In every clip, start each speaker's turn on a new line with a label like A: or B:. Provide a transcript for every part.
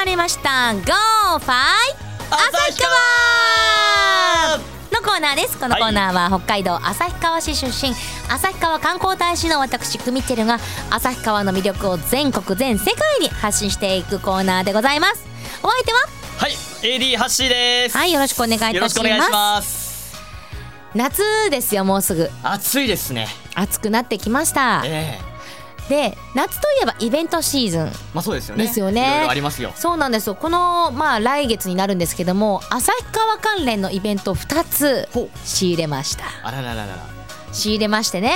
A: ワンゴーファイ
B: 旭川
A: のコーナーですこのコーナーは北海道旭川市出身旭川観光大使の私クミッチェルが旭川の魅力を全国全世界に発信していくコーナーでございますお相手は
B: はい AD ハッシーです
A: はいよろしくお願いいたし
B: よろ
A: ま
B: し
A: す
B: くお願いします
A: 夏ですよもうすぐ
B: 暑いですね
A: 暑くなってきました
B: ええ
A: で夏といえばイベントシーズン
B: まあそうですよね
A: ですよね
B: いろいろありますよ
A: そうなんですよこの、まあ、来月になるんですけども旭川関連のイベント2つ
B: ほう
A: 仕入れました
B: あららららら
A: 仕入れましてね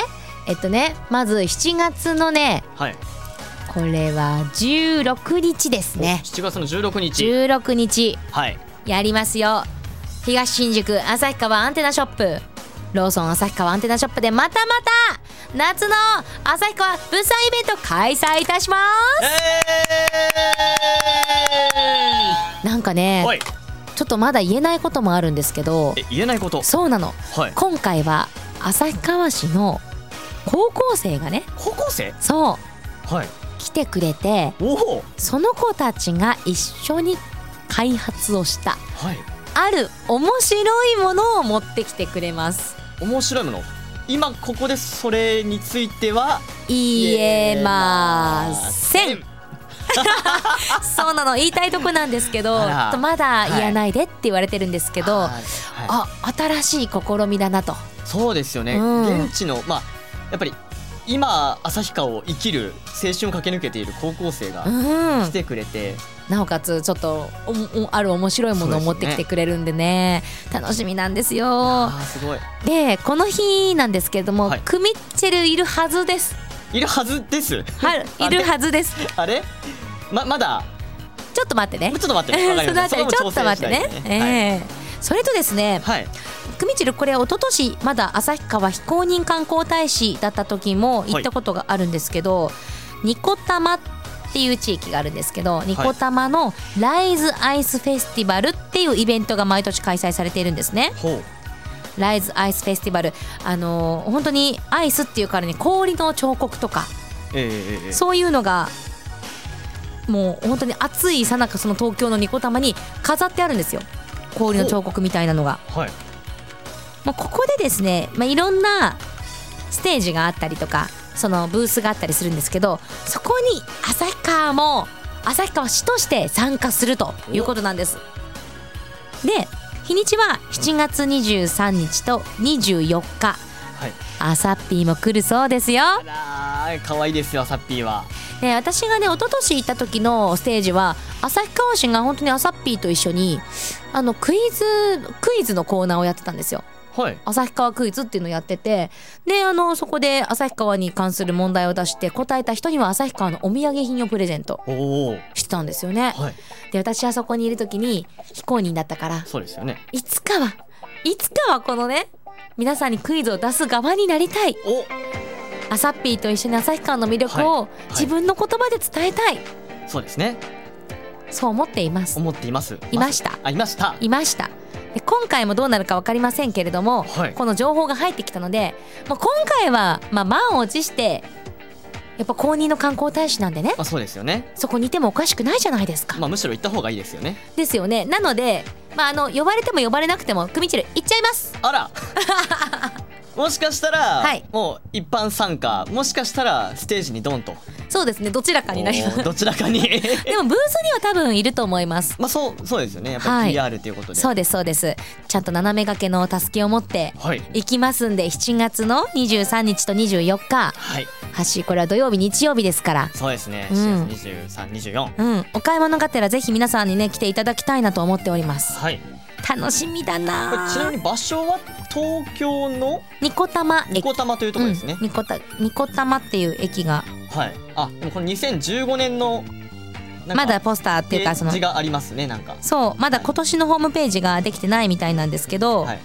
A: えっとねまず7月のね
B: はい
A: これは16日ですね
B: 7月の16日
A: 16日
B: はい
A: やりますよ東新宿旭川アンテナショップローソン旭川アンテナショップでまたまた夏の旭川物産イベント開催いたしま
B: え
A: すなんかね
B: ーおい
A: ちょっとまだ言えないこともあるんですけど
B: え言えないこと
A: そうなの
B: はい
A: 今回は旭川市の高校生がね
B: 高校生
A: そう
B: はい
A: 来てくれて
B: おお
A: その子たちが一緒に開発をした
B: はい
A: ある面白いものを持ってきてくれます
B: 面白いもの今ここでそれについては
A: 言えませんそうなの言いたいとこなんですけど
B: あら
A: ちょっとまだ言わないでって言われてるんですけど、
B: はいはい
A: あ新しい試みだなと
B: そうですよね、
A: うん
B: 現地のまあやっぱり今旭川を生きる青春を駆け抜けている高校生が
A: うん
B: 来てくれて、
A: なおかつちょっとおおある面白いものを持ってきてくれるんでね楽しみなんですよ
B: ああすごい
A: でこの日なんですけれども、
B: はい
A: クミッチェルいるはずです
B: いるはずです
A: はいいるはずです
B: あれままだ
A: ちょっと待ってね
B: ちょっと待ってわか り
A: そ
B: ま
A: の
B: し
A: あた
B: た
A: りちょっと待ってね
B: そこも調整次第で
A: ええそれとですね、
B: はい、はい
A: クミチルこれ一昨年まだ旭川非公認観光大使だった時も行ったことがあるんですけど、ニコタマっていう地域があるんですけどニコタマのライズアイスフェスティバルっていうイベントが毎年開催されているんですね。
B: ほう
A: ライズアイスフェスティバルあのー本当にアイスっていうからに氷の彫刻とか
B: ええええ
A: そういうのがもう本当に暑いさなかその東京のニコタマに飾ってあるんですよ氷の彫刻みたいなのが。
B: はい
A: まあ、ここでですね、まあ、いろんなステージがあったりとかそのブースがあったりするんですけどそこに旭川も旭川市として参加するということなんです。で日にちは7月23日と24日
B: はい
A: あさっぴーも来るそうですよ。
B: あらー可愛いですよサッピーは
A: で私がね一昨年行った時のステージは旭川市が本当にあさっぴーと一緒にあのクイズクイズのコーナーをやってたんですよ。
B: はい
A: 旭川クイズっていうのをやっててであのそこで旭川に関する問題を出して答えた人には旭川のお土産品をプレゼント
B: おお
A: してたんですよね。
B: はい
A: で私はそこにいる時に非公認だったから
B: そうですよね
A: いつかはいつかはこのね皆さんにクイズを出す側になりたい
B: お
A: アサッピーと一緒に旭川の魅力
B: は
A: を自分の言葉で伝えたい、
B: そうですね
A: そう思っています
B: 思っています
A: いました
B: あいました
A: いましたで今回もどうなるか分かりませんけれども、
B: はい
A: この情報が入ってきたので、まあ、今回は、まあ、満を持してやっぱ公認の観光大使なんでね
B: まあそうですよね
A: そこにいてもおかしくないじゃないですか、
B: まあむしろ行った方がいいですよね
A: ですよねなので、まあ、あの呼ばれても呼ばれなくても組長行っちゃいます
B: あらもしかしたら、
A: はい
B: もう一般参加もしかしたらステージにドンと
A: そうですねどちらかになります
B: おーどちらかに
A: でもブースには多分いると思います
B: まあそうそうですよねやっ
A: は
B: ぱ
A: い
B: り PR ということで、
A: そううですそうですちゃんと斜め掛けの助けを持って
B: はい
A: 行きますんで7月の23日と24日
B: はい
A: 橋これは土曜日日曜日ですから
B: そうですね
A: うん
B: 7月2324、
A: うん、お買い物がてらぜひ皆さんにね来ていただきたいなと思っております
B: はい
A: 楽しみだ
B: これ
A: な
B: ちなみに場所は東京の
A: ニコタマ
B: ニ
A: 駅
B: コタマというところですね、
A: うん、ニコタニコタマっていう駅が
B: はいあでもこの2015年のなんか
A: まだポスターっていう
B: ペ
A: かその
B: ージがありますねなんか
A: そうまだ今年のホームページができてないみたいなんですけど、
B: はい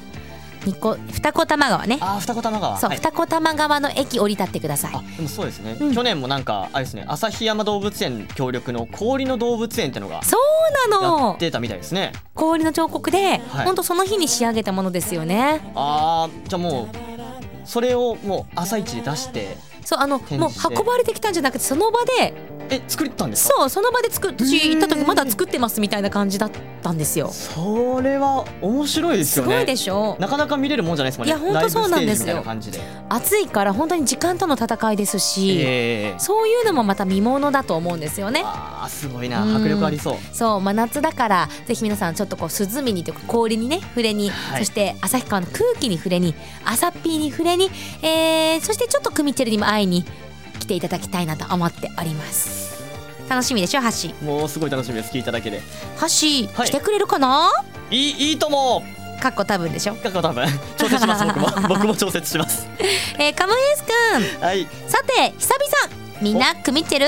A: ニコ二子玉川ね
B: あー二子玉川
A: そう、
B: はい
A: 二子玉川の駅降り立ってください
B: あでもそうですね、
A: うん
B: 去年もなんかあれですね旭山動物園協力の氷の動物園ってのが
A: そうな
B: やっ
A: の
B: てたみたいですね
A: 氷の彫刻で、
B: はい
A: ほんとその日に仕上げたものですよね
B: あーじゃあもうそれをもう朝一で出して
A: そうあの
B: 展
A: もう
B: 示して
A: 運ばれてきたんじゃなくてその場で
B: え作ったんですか
A: そうその場で作っ
B: へ
A: ち
B: ー
A: 行った時まだ作ってますみたいな感じだったんですよ
B: それは面白いです
A: す
B: よね
A: ごいでしょ
B: なかなか見れるもんじゃないですもんね
A: いやほんとそうなんですよ
B: ライブステージみたいな感
A: 暑いから本当に時間との戦いです
B: じ
A: し、
B: でええ
A: そういうのもまた見ものだと思うんですよね
B: あーすごいな迫力ありそう
A: そう真夏だからぜひ皆さんちょっとこう涼みにというか氷にね触れに、
B: は
A: そ
B: い
A: して旭川の空気に触れに朝ピーに触れに、えーそしてちょっとクミチェルにも会いに来ていただきたいなと思っております楽しみでしょハッシー
B: もうすごい楽しみです聞いただけで
A: ハッシー、
B: はい
A: 来てくれるかない
B: いいいとも
A: かっこ多分でしょ、
B: だから 多分調節します僕も僕も調節します
A: えー、カムエースくん
B: はい
A: さて久々みんな組みチェル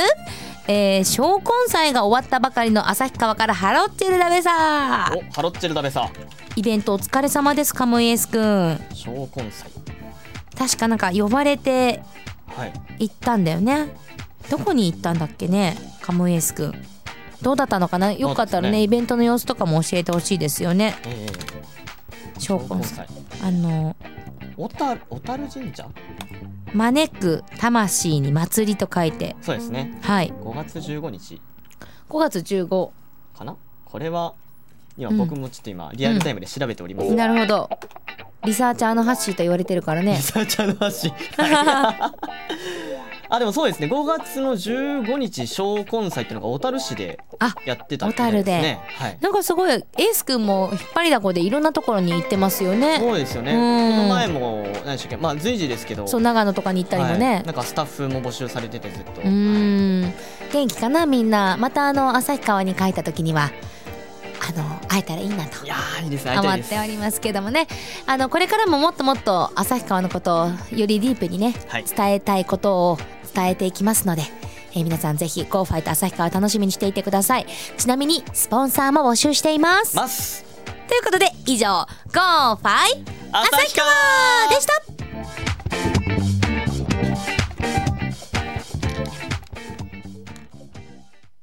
A: えー、小根祭が終わったばかりの旭川からハロッチェルだべさ
B: おハロッチェルダメさ
A: イベントお疲れ様ですカムイエースくん
B: 小根祭
A: 確かなんか呼ばれて
B: はい
A: 行ったんだよねどこに行ったんだっけねカムイエースくんどうだったのかなよかったら
B: そうで
A: ね
B: すね
A: イベントの様子とかも教えてほしいですよね
B: え
A: 小根祭あの
B: 小樽小樽神社
A: 招く魂に祭りと書いて
B: そうですね
A: はい
B: 5月15日
A: 5月15
B: かなこれは今
A: うん
B: 僕もちょっと今リアルタイムで調べております、
A: なるほどリサーチャーのハッシーと言われてるからね
B: リサーチャーの話 はいあでもそうですね5月の15日小根祭っていうのが小樽市で
A: あ
B: やってたみたいですねはい
A: なんかすごいエースくんも引っ張りだこでいろんなところに行ってますよね。
B: そうですよね
A: う
B: こ
A: ん
B: の前も何でしたっけまあ随時ですけど
A: そう長野とかに行ったりも
B: は
A: ね
B: い。なんかスタッフも募集されててずっと
A: うーん元気かなみんな。またあの旭川に帰った時にはあの会えたらいいなと
B: い。やーいいですね会い
A: 思
B: た
A: っ
B: いです
A: ておりますけどもねあのこれからももっともっと旭川のことをよりディープにね、
B: はい
A: 伝えたいことを伝えていきますので、えー皆さんぜひ GO ファイト旭川楽しみにしていてくださいちなみにスポンサーも募集しています、
B: ます
A: ということで以上 GO ファイ
B: 旭川